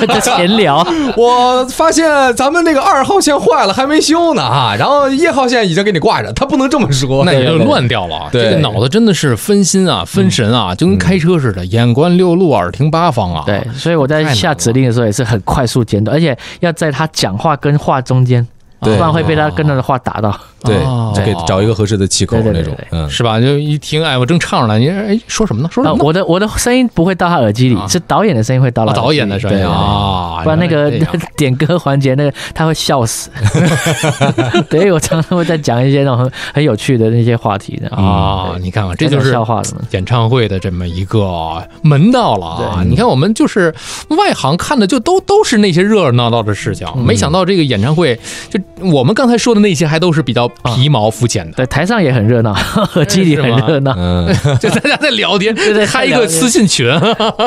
Speaker 1: 就闲聊，
Speaker 8: 我发现咱们那个二号线坏了，还没修呢啊，然后一号线已经给你挂着，他不能这么说。
Speaker 2: 那你就
Speaker 1: 对对嗯
Speaker 2: 乱掉了啊。
Speaker 8: 对
Speaker 2: 这个脑子真的是分心啊，分神啊，就跟开车似的，眼观六路，耳听八方啊。
Speaker 1: 对，所以我在下指令的时候也是很快速简短，而且要在他讲话跟话中间，不
Speaker 8: 对
Speaker 1: 然会被他跟他的话打到。
Speaker 8: 对
Speaker 2: 哦，
Speaker 8: 就给找一个合适的气口
Speaker 1: 对
Speaker 8: 那
Speaker 1: 对对
Speaker 8: 种
Speaker 1: 对，
Speaker 8: 嗯，
Speaker 2: 是吧？就一听，哎，我正唱着呢，你哎说什么呢？说什
Speaker 1: 啊，
Speaker 2: 么呢？
Speaker 1: 我的我的声音不会到他耳机
Speaker 2: 啊
Speaker 1: 里，是导演的声音会到他耳
Speaker 2: 哦
Speaker 1: 机里
Speaker 2: 导演的声音
Speaker 1: 对对对
Speaker 2: 啊，
Speaker 1: 不然那个
Speaker 2: 原来是这样
Speaker 1: 点歌环节，那个他会笑 死。 对，我常常会在讲一些那种很很有趣的那些话题的，嗯
Speaker 2: 啊，你看看，这就是
Speaker 1: 笑话了嘛。
Speaker 2: 演唱会的这么一个呃门道了啊！你看，我们
Speaker 1: 嗯
Speaker 2: 就是外行看的，就都都是那些热热闹闹的事情，没想到这个演唱会就我们刚才说的那些还都是比较皮毛肤浅的。
Speaker 1: 对，台上也很热闹，基里很热闹，
Speaker 2: 就大家在聊天，
Speaker 1: 嗯对对，
Speaker 2: 开一个私信群，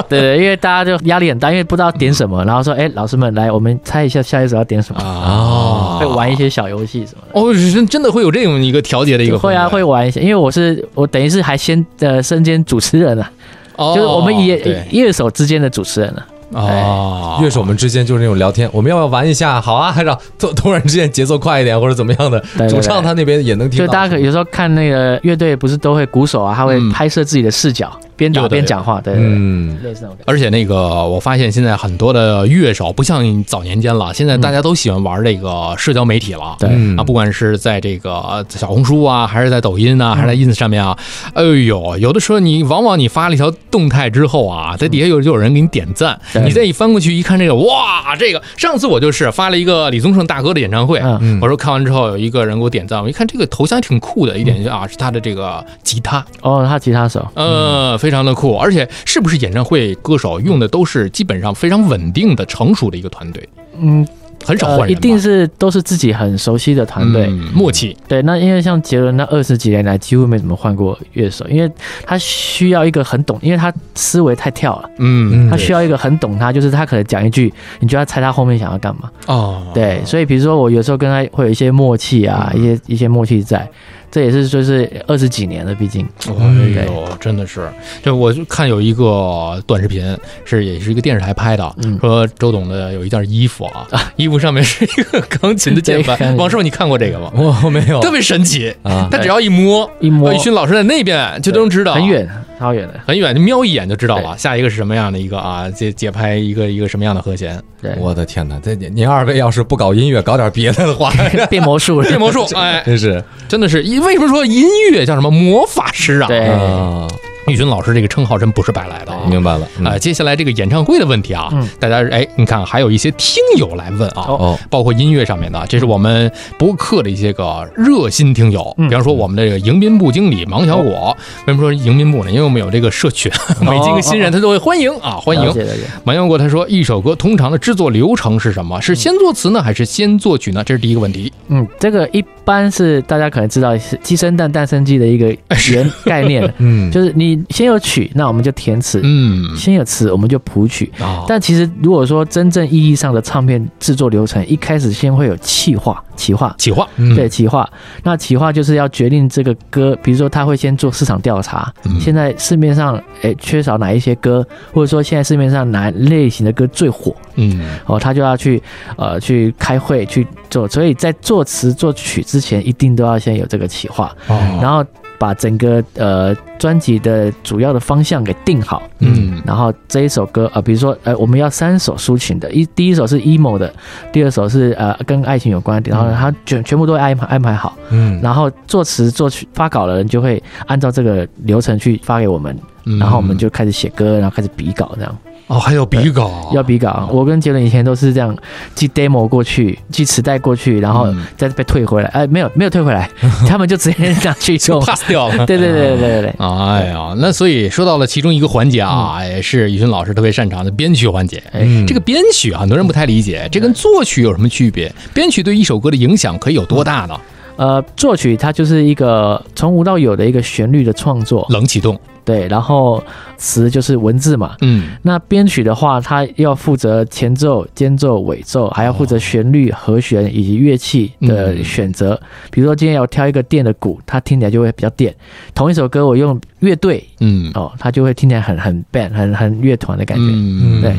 Speaker 1: 对对，因为大家就压力很大，因为不知道点什么，然后说，哎，老师们来，我们猜一下下一首要点什么啊？会玩一些小游戏什么的。
Speaker 2: 哦，真真的会有这种一个调节的一个
Speaker 1: 会啊，会玩一些，因为我是我等于是还先呃身兼主持人啊，
Speaker 2: 哦
Speaker 1: 就是我们乐乐手之间的主持人啊。
Speaker 8: 哦，乐手们之间就是那种聊天，我们要不要玩一下？好啊，让突突然之间节奏快一点，或者怎么样的，
Speaker 1: 对对
Speaker 8: 主唱他那边也能听
Speaker 1: 就
Speaker 8: 到。
Speaker 1: 大家可有时候看那个乐队，不是都会鼓手啊，他会拍摄自己的视角，边打
Speaker 2: 有的
Speaker 1: 边讲话，对，对对
Speaker 2: 嗯
Speaker 1: 类似那种感觉。
Speaker 2: 而且那个，我发现现在很多的乐手不像早年间了，现在大家都喜欢玩这个社交媒体了。
Speaker 1: 嗯对嗯
Speaker 2: 啊，不管是在这个呃小红书啊，还是在抖音啊，还是
Speaker 1: 嗯
Speaker 2: 在 ins 上面啊，哎呦，有的时候你往往你发了一条动态之后啊，在底下有就有人给你点赞，
Speaker 1: 对
Speaker 2: 你再一翻过去一看，这个哇，这个上次我就是发了一个李宗盛大哥的演唱会，
Speaker 1: 嗯
Speaker 2: 我说看完之后有一个人给我点赞，我一看这个头像挺酷的，一点
Speaker 1: 嗯
Speaker 2: 就啊是他的这个吉他，
Speaker 1: 哦，他吉他手，
Speaker 2: 呃，非常的酷，而且是不是演唱会歌手用的都是基本上非常稳定的、成熟的一个团队，
Speaker 1: 嗯，
Speaker 2: 很少换
Speaker 1: 呃，
Speaker 2: 人
Speaker 1: 一
Speaker 2: 吧、啊
Speaker 1: 定是都是自己很熟悉的团队。
Speaker 2: 嗯默契。
Speaker 1: 对，那因为像杰伦那二十几年来几乎没怎么换过乐手，因为他需要一个很懂，因为他思维太跳了，
Speaker 2: 嗯
Speaker 1: 他需要一个很懂他，就是他可能讲一句，你就要猜他后面想要干嘛。
Speaker 2: 哦，嗯
Speaker 1: 对，所以比如说我有时候跟他会有一些默契啊，一些一些默契在，这也是就是二十几年了，毕竟。
Speaker 2: 哎呦，真的是，这我就看有一个短视频，是也是一个电视台拍的，
Speaker 1: 嗯
Speaker 2: 说周董的有一件衣服啊，衣服上面是一个钢 琴的键
Speaker 1: 对看
Speaker 2: 盘。王师傅，你看过这个吗？
Speaker 8: 我我哦没有
Speaker 2: 特别神奇
Speaker 8: 啊
Speaker 2: 他只要一摸，
Speaker 1: 一摸
Speaker 2: 魏勋老师哎在啊那边就都能知道，
Speaker 1: 很远，超远的。
Speaker 2: 很远，就瞄一眼就知道了，下一个是什么样的一个啊，节节拍一个一个什么样的和弦。
Speaker 1: 对
Speaker 8: 我的天哪，这您您二位要是不搞音乐，搞点别的的话，
Speaker 1: 变魔术，
Speaker 2: 变魔术，哎，
Speaker 8: 真是
Speaker 2: 真的是，因为什么说音乐叫什么魔法师啊？
Speaker 1: 对
Speaker 8: 啊，
Speaker 2: 玉军老师这个称号真不是白来的啊。
Speaker 8: 明白了
Speaker 2: 啊、接下来这个演唱会的问题啊，大家哎，你看还有一些听友来问啊，
Speaker 8: 哦
Speaker 2: 包括音乐上面的，这是我们播客的一些个热心听友，比方说我们这个迎宾部经理王小果，为什么说迎宾部呢？因为我们有这个社群， 每进一个新人他都会欢迎啊，欢迎
Speaker 1: 了解了解。
Speaker 2: 王小果他说，一首歌通常的制作流程是什么？是先作词呢，还是先作曲呢？这是第一个问题。
Speaker 1: 嗯，这个一般是大家可能知道是鸡生蛋，蛋生鸡的一个
Speaker 2: 哎
Speaker 1: 原概 念，
Speaker 8: 嗯
Speaker 1: 就是你先有曲，那我们就填词，
Speaker 2: 嗯
Speaker 1: 先有词我们就谱曲。
Speaker 2: 啊，
Speaker 1: 但其实如果说真正意义上的唱片制作流程，一开始先会有企划，企划。
Speaker 2: 企划，
Speaker 1: 对，企划，那企划就是要决定这个歌，比如说他会先做市场调查，
Speaker 2: 嗯
Speaker 1: 现在市面上诶缺少哪一些歌，或者说现在市面上哪类型的歌最火，
Speaker 2: 嗯
Speaker 1: 哦，他就要去呃去开会去做，所以在作词作曲之前，一定都要先有这个企划，
Speaker 2: 哦
Speaker 1: 然后把整个呃专辑的主要的方向给定好。
Speaker 2: 嗯
Speaker 1: 然后这一首歌啊、呃，比如说呃，我们要三首抒情的，一第一首是 emo 的，第二首是呃跟爱情有关的，然
Speaker 2: 嗯
Speaker 1: 后他全全部都会安排安排好，
Speaker 8: 嗯，
Speaker 1: 然后作词作曲发稿的人就会按照这个流程去发给我们，
Speaker 2: 嗯
Speaker 1: 然后我们就开始写歌，然后开始比稿这样。
Speaker 2: 哦，还有比稿，
Speaker 1: 要比稿。我跟杰伦以前都是这样寄 demo 过去，寄磁带过去，然后再被退回来。哎、没有没有退回来，他们就直接拿去
Speaker 2: 就
Speaker 1: 用。
Speaker 2: pass 掉 了。
Speaker 1: 对对对对对对。
Speaker 2: 哎呀，那所以说到了其中一个环节啊，也是宇军老师特别擅长的编曲环节。
Speaker 1: 哎
Speaker 2: 这个编曲啊很多人不太理解，这跟作曲有什么区别？编曲对一首歌的影响可以有多大呢？
Speaker 1: 呃，作曲它就是一个从无到有的一个旋律的创作，
Speaker 2: 冷启动，
Speaker 1: 对，然后词就是文字嘛。
Speaker 2: 嗯，
Speaker 1: 那编曲的话，它要负责前奏、间奏、尾奏，还要负责旋律、和弦以及乐器的选择。比如说今天要挑一个电的鼓，它听起来就会比较电。同一首歌，我用乐队
Speaker 2: 嗯，
Speaker 1: 哦，它就会听起来很很 band，很很乐团的感觉。
Speaker 2: 嗯
Speaker 1: 对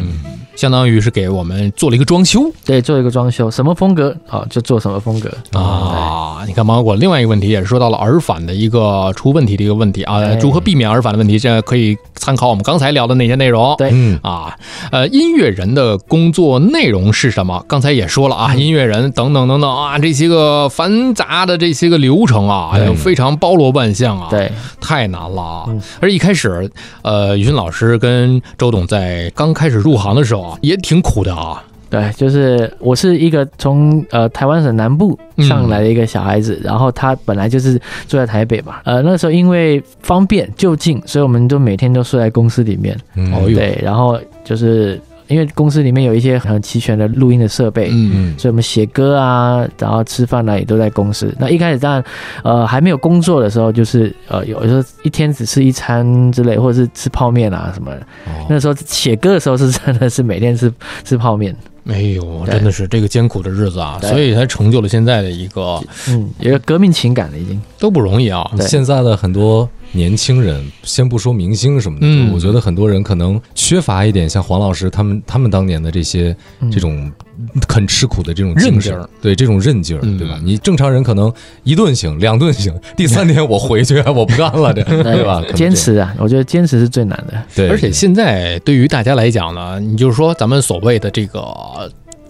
Speaker 2: 相当于是给我们做了一个装修
Speaker 1: 对，做一个装修，什么风格哦，就做什么风格。嗯
Speaker 2: 啊。你看，芒果另外一个问题也是说到了耳返的一个出问题的一个问题啊，如何避免耳返的问题，这可以参考我们刚才聊的那些内容。
Speaker 1: 对，
Speaker 2: 啊，呃，音乐人的工作内容是什么？刚才也说了啊，
Speaker 1: 嗯
Speaker 2: 音乐人等等等等啊，这些个繁杂的这些个流程啊，哎呦非常包罗万象啊，
Speaker 1: 对，嗯
Speaker 2: 太难了啊。而一开始，呃，于军老师跟周董在刚开始入行的时候啊，也挺苦的啊。
Speaker 1: 对，就是我是一个从呃台湾省南部上来的一个小孩
Speaker 2: 嗯
Speaker 1: 子，然后他本来就是住在台北嘛，呃那时候因为方便就近，所以我们就每天都睡在公司里面。
Speaker 2: 哦呦，
Speaker 1: 对，然后就是。因为公司里面有一些很齐全的录音的设备，
Speaker 2: 嗯嗯，
Speaker 1: 所以我们写歌啊，然后吃饭啊，也都在公司。那一开始当然，呃，还没有工作的时候，就是呃，有时候一天只吃一餐之类，或者是吃泡面啊什么的。
Speaker 8: 哦
Speaker 1: 那时候写歌的时候是真的是每天吃吃泡面。
Speaker 2: 哎呦，真的是这个艰苦的日子啊，
Speaker 1: 对
Speaker 2: 所以才成就了现在的一个，
Speaker 1: 嗯，一个革命情感了已经，
Speaker 2: 都不容易啊。
Speaker 8: 现在的很多年轻人，先不说明星什么的，
Speaker 2: 嗯
Speaker 8: 就我觉得很多人可能缺乏一点像黄老师他们他们当年的这些、
Speaker 1: 嗯
Speaker 8: 这种很吃苦的这种精
Speaker 2: 韧劲
Speaker 8: 神
Speaker 2: 儿，
Speaker 8: 对这种韧劲儿，对吧？你正常人可能一顿行，两顿行，第三天我回去我不干了，这 对吧？可能这
Speaker 1: 坚
Speaker 8: 样
Speaker 1: 持啊，我觉得坚持是最难的。
Speaker 8: 对，
Speaker 2: 而且现在对于大家来讲呢，你就是说咱们所谓的这个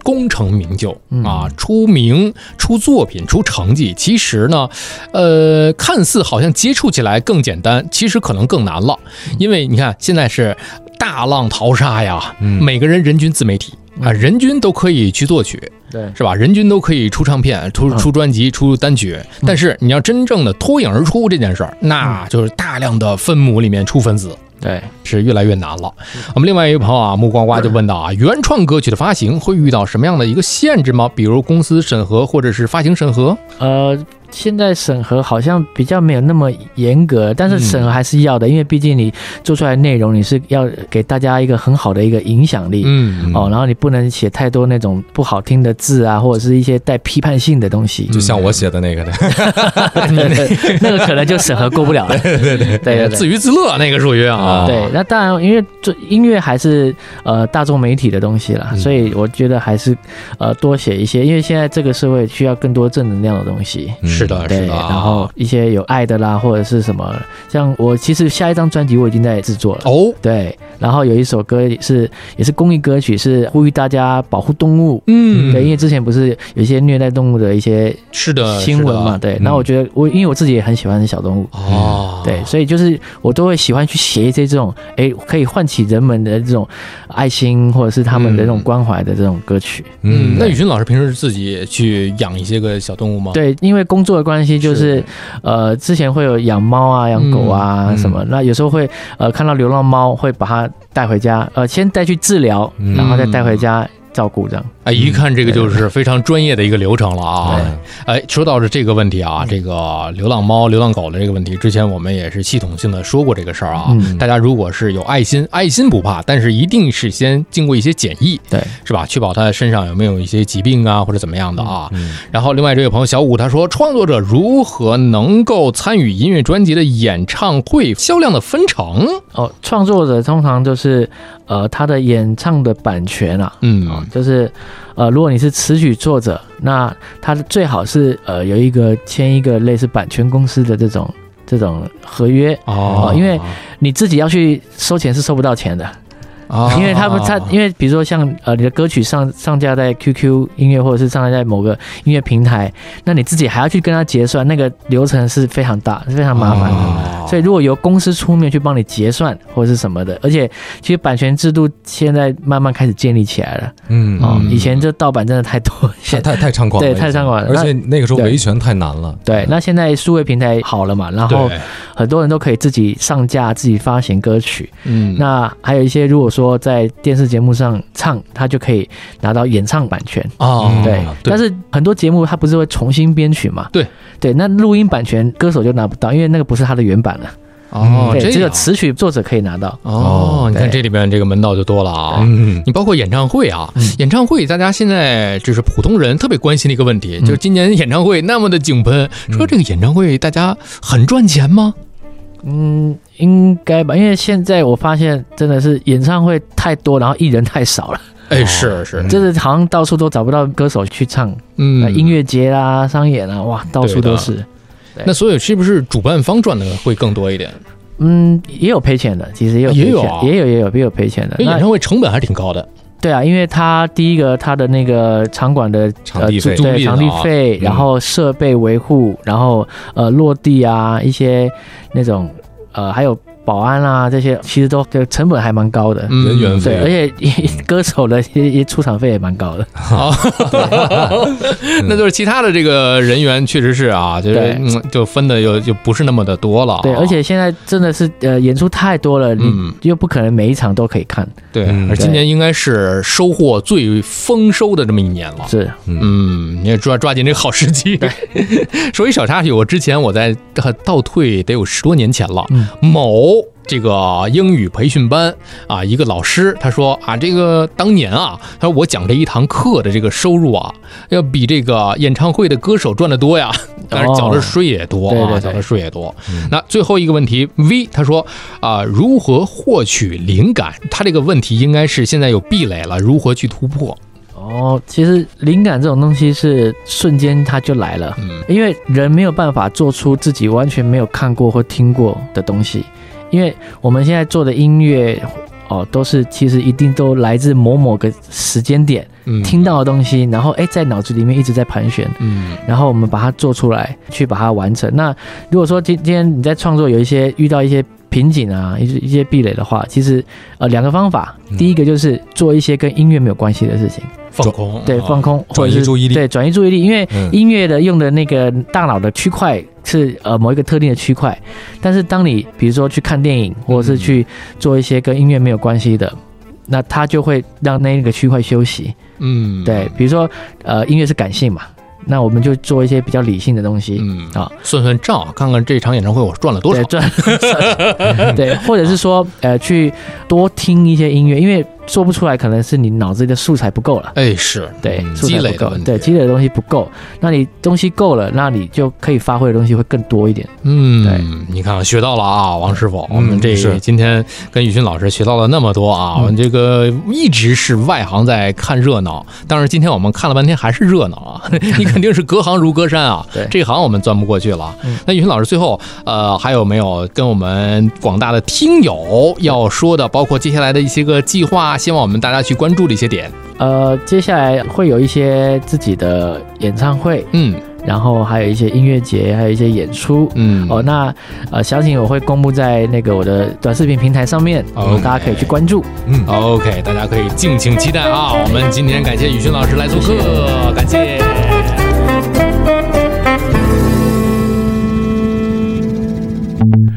Speaker 2: 功成名就啊，出名、出作品、出成绩，其实呢，呃，看似好像接触起来更简单，其实可能更难了，因为你看现在是大浪淘沙呀，每个人人均自媒体啊，人均都可以去作曲，
Speaker 1: 对，
Speaker 2: 是吧？人均都可以出唱
Speaker 1: 嗯
Speaker 2: 片、出出专辑、出单曲，但是你要真正的脱颖而出这件事
Speaker 1: 嗯
Speaker 2: 儿，那就是大量的分母里面出分子。
Speaker 1: 对，
Speaker 2: 是越来越难了。
Speaker 1: 嗯
Speaker 2: 我们另外一位朋友啊，木瓜瓜就问到啊，原创歌曲的发行会遇到什么样的一个限制吗？比如公司审核或者是发行审核？
Speaker 1: 呃，现在审核好像比较没有那么严格，但是审核
Speaker 8: 嗯
Speaker 1: 还是要的，因为毕竟你做出来的内容你是要给大家一个很好的一个影响力，
Speaker 2: 嗯
Speaker 1: 哦，然后你不能写太多那种不好听的字啊，或者是一些带批判性的东西，
Speaker 8: 就像我写的那个的，
Speaker 1: 那个可能就审核过不了了。
Speaker 8: 对对对
Speaker 1: 对对对
Speaker 2: 自娱自乐那个属于 啊，
Speaker 1: 对，那当然，因为这音乐还是呃大众媒体的东西啦，
Speaker 2: 嗯
Speaker 1: 所以我觉得还是呃多写一些，因为现在这个社会需要更多正能量的东西。
Speaker 2: 是的，
Speaker 1: 嗯对，
Speaker 2: 是的啊。
Speaker 1: 然后一些有爱的啦，或者是什么，像我其实下一张专辑我已经在制作了
Speaker 2: 哦，
Speaker 1: 对，然后有一首歌也是也是公益歌曲，是呼吁大家保护动物，
Speaker 2: 嗯
Speaker 1: 对，因为之前不是有一些虐待动物的一些
Speaker 2: 是的
Speaker 1: 新闻嘛，
Speaker 2: 是的
Speaker 1: 对
Speaker 2: 嗯，
Speaker 1: 那我觉得我因为我自己也很喜欢小动物，
Speaker 2: 哦，
Speaker 1: 对，所以就是我都会喜欢去写一些这种，哎，可以唤起人们的这种爱心或者是他们的这种关怀的这种歌曲。
Speaker 2: 嗯，那宇军老师平时自己去养一些个小动物吗？，
Speaker 1: 对，因为工作的关系，就是呃，之前会有养猫啊、养狗啊、
Speaker 2: 嗯
Speaker 1: 什么，那有时候会呃看到流浪猫，会把它带回家，呃，先带去治疗，
Speaker 2: 嗯
Speaker 1: 然后再带回家照顾这样。
Speaker 2: 哎，一看这个就是非常专业的一个流程了啊。哎，说到是这个问题啊，这个流浪猫、流浪狗的这个问题，之前我们也是系统性的说过这个事儿啊。
Speaker 1: 嗯
Speaker 2: 大家如果是有爱心，爱心不怕，但是一定是先经过一些检疫，
Speaker 1: 对，
Speaker 2: 是吧？确保它身上有没有一些疾病啊，或者怎么样的啊。
Speaker 1: 嗯
Speaker 2: 然后另外这位朋友小五他说，创作者如何能够参与音乐专辑的演唱会销量的分成？
Speaker 1: 哦，创作者通常就是呃他的演唱的版权啊，
Speaker 2: 嗯，
Speaker 1: 就是呃如果你是词曲作者，那他最好是呃有一个签一个类似版权公司的这种这种合约
Speaker 2: 哦
Speaker 1: 呃因为你自己要去收钱是收不到钱的。
Speaker 2: 啊
Speaker 1: 因为他们他因为比如说像呃你的歌曲上上架在 QQ 音乐或者是上架在某个音乐平台，那你自己还要去跟他结算，那个流程是非常大、是非常麻烦的。所以如果由公司出面去帮你结算或者是什么的，而且其实版权制度现在慢慢开始建立起来了。
Speaker 8: 嗯
Speaker 1: 哦，以前这盗版真的太多，现
Speaker 8: 太太猖狂了
Speaker 1: 对，
Speaker 8: 已经，
Speaker 1: 太猖狂了。
Speaker 8: 而且那个时候
Speaker 1: 对
Speaker 8: 维权太难了，
Speaker 1: 对，那现在数位平台好了嘛，然后
Speaker 8: 对
Speaker 1: 很多人都可以自己上架、自己发行歌曲。
Speaker 2: 嗯
Speaker 1: 那还有一些，如果说在电视节目上唱，他就可以拿到演唱版权
Speaker 2: 哦
Speaker 1: 对，
Speaker 2: 对
Speaker 1: 但是很多节目它不是会重新编曲嘛？
Speaker 2: 对
Speaker 1: 对，那录音版权歌手就拿不到，因为那个不是他的原版了。
Speaker 2: 哦
Speaker 1: 嗯
Speaker 2: 这
Speaker 1: 对，
Speaker 2: 样
Speaker 1: 只有词曲作者可以拿到。
Speaker 2: 哦，你看
Speaker 1: 对嗯
Speaker 2: 这里边这个门道就多了啊。你包括演唱会啊，演唱会大家现在就是普通人特别关心的一个问
Speaker 1: 嗯
Speaker 2: 题，就是今年演唱会那么的井喷，说这个演唱会大家很赚钱吗？
Speaker 1: 嗯，应该吧，因为现在我发现真的是演唱会太多，然后艺人太少了。
Speaker 2: 哎，是是，
Speaker 1: 就是好像到处都找不到歌手去唱，
Speaker 2: 嗯
Speaker 1: 那音乐节啦、商演啊，哇，到处都是。对
Speaker 2: 那所以是不是主办方赚的会更多一点？
Speaker 1: 嗯，也有赔钱的，其实也有
Speaker 2: 也
Speaker 1: 赔
Speaker 2: 有
Speaker 1: 钱
Speaker 2: 啊，哎
Speaker 1: 也有也有也有赔钱的。
Speaker 2: 因为
Speaker 1: 那
Speaker 2: 演唱会成本还挺高的。
Speaker 1: 对啊，因为他第一个他的那个场馆的
Speaker 2: 场地费
Speaker 1: 呃、租
Speaker 2: 租赁
Speaker 1: 对
Speaker 2: 的啊
Speaker 1: 场地费，
Speaker 2: 嗯
Speaker 1: 然后设备维护，然后呃落地啊一些那种呃还有保安啦、这些，其实都这成本还蛮高的，
Speaker 8: 嗯人员 费
Speaker 1: 对，
Speaker 2: 啊
Speaker 1: 而且一歌手的一一出场费也蛮高的。
Speaker 2: 好，那就是其他的这个人员确实是啊，就是
Speaker 1: 对
Speaker 2: 嗯，就分的又就不是那么的多了啊。
Speaker 1: 对，而且现在真的是呃演出太多了，你
Speaker 2: 嗯
Speaker 1: 又不可能每一场都可以看。
Speaker 2: 对，而今年应该是收获最丰收的这么一年了。
Speaker 1: 是，
Speaker 2: 嗯，你也抓抓紧这个好时机。 说一小插曲，我之前我在呃倒退得有十多年前了，
Speaker 1: 嗯
Speaker 2: 某。这个英语培训班啊，一个老师他说啊，这个当年啊，他说我讲这一堂课的这个收入啊，要比这个演唱会的歌手赚的多呀，但是缴的税也多啊，
Speaker 1: 哦对对对
Speaker 2: 缴的税也多。那最后一个问题，V 他说啊、如何获取灵感？他这个问题应该是现在有壁垒了，如何去突破？
Speaker 1: 哦，其实灵感这种东西是瞬间它就来了，
Speaker 2: 嗯
Speaker 1: 因为人没有办法做出自己完全没有看过或听过的东西，因为我们现在做的音乐，哦，都是其实一定都来自某某个时间点、
Speaker 2: 嗯
Speaker 1: 听到的东西，然后哎在脑子里面一直在盘旋，
Speaker 2: 嗯
Speaker 1: 然后我们把它做出来，去把它完成。那如果说今今天你在创作有一些遇到一些瓶颈啊，一些一些壁垒的话，其实呃两个方法，
Speaker 2: 嗯
Speaker 1: 第一个就是做一些跟音乐没有关系的事情。
Speaker 2: 放空，
Speaker 1: 对，放空，
Speaker 8: 啊转移
Speaker 1: 或者是
Speaker 8: 注意力
Speaker 1: 对，转移注意力，因为
Speaker 8: 嗯
Speaker 1: 音乐的用的那个大脑的区块是呃某一个特定的区块，但是当你比如说去看电影，或者
Speaker 8: 嗯
Speaker 1: 是去做一些跟音乐没有关系的，那它就会让那个区块休息。
Speaker 2: 嗯，
Speaker 1: 对，比如说呃，音乐是感性嘛，那我们就做一些比较理性的东西。
Speaker 2: 嗯
Speaker 1: 啊，
Speaker 2: 算算账，看看这场演唱会我赚了多少。
Speaker 1: 对赚 对，或者是说呃，去多听一些音乐，因为做不出来可能是你脑子里的素材不够了。
Speaker 2: 哎，是
Speaker 1: 对，素
Speaker 2: 积
Speaker 1: 材
Speaker 2: 累
Speaker 1: 不
Speaker 2: 的
Speaker 1: 够
Speaker 2: 问，题。
Speaker 1: 对，积累的东西不够，那你东西够了，那你就可以发挥的东西会更多一点。
Speaker 2: 嗯，你看学到了啊，王师傅，我们这
Speaker 1: 嗯是嗯
Speaker 2: 今天跟宇勋老师学到了那么多啊，我们这个一直是外行在看热闹，但是今天我们看了半天还是热闹啊， 你肯定是隔行如隔山啊，这行我们钻不过去了。
Speaker 1: 嗯
Speaker 2: 那宇勋老师最后呃还有没有跟我们广大的听友要说的，包括接下来的一些个计划，希望我们大家去关注的一些点？
Speaker 1: 呃，接下来会有一些自己的演唱会，
Speaker 2: 嗯，
Speaker 1: 然后还有一些音乐节，还有一些演出，
Speaker 2: 嗯，
Speaker 1: 哦，那呃，详情我会公布在那个我的短视频平台上面，
Speaker 2: OK
Speaker 1: 大家可以去关注。
Speaker 2: 嗯，OK，大家可以敬请期待啊！我们今天感谢宇勋老师来做客，感谢。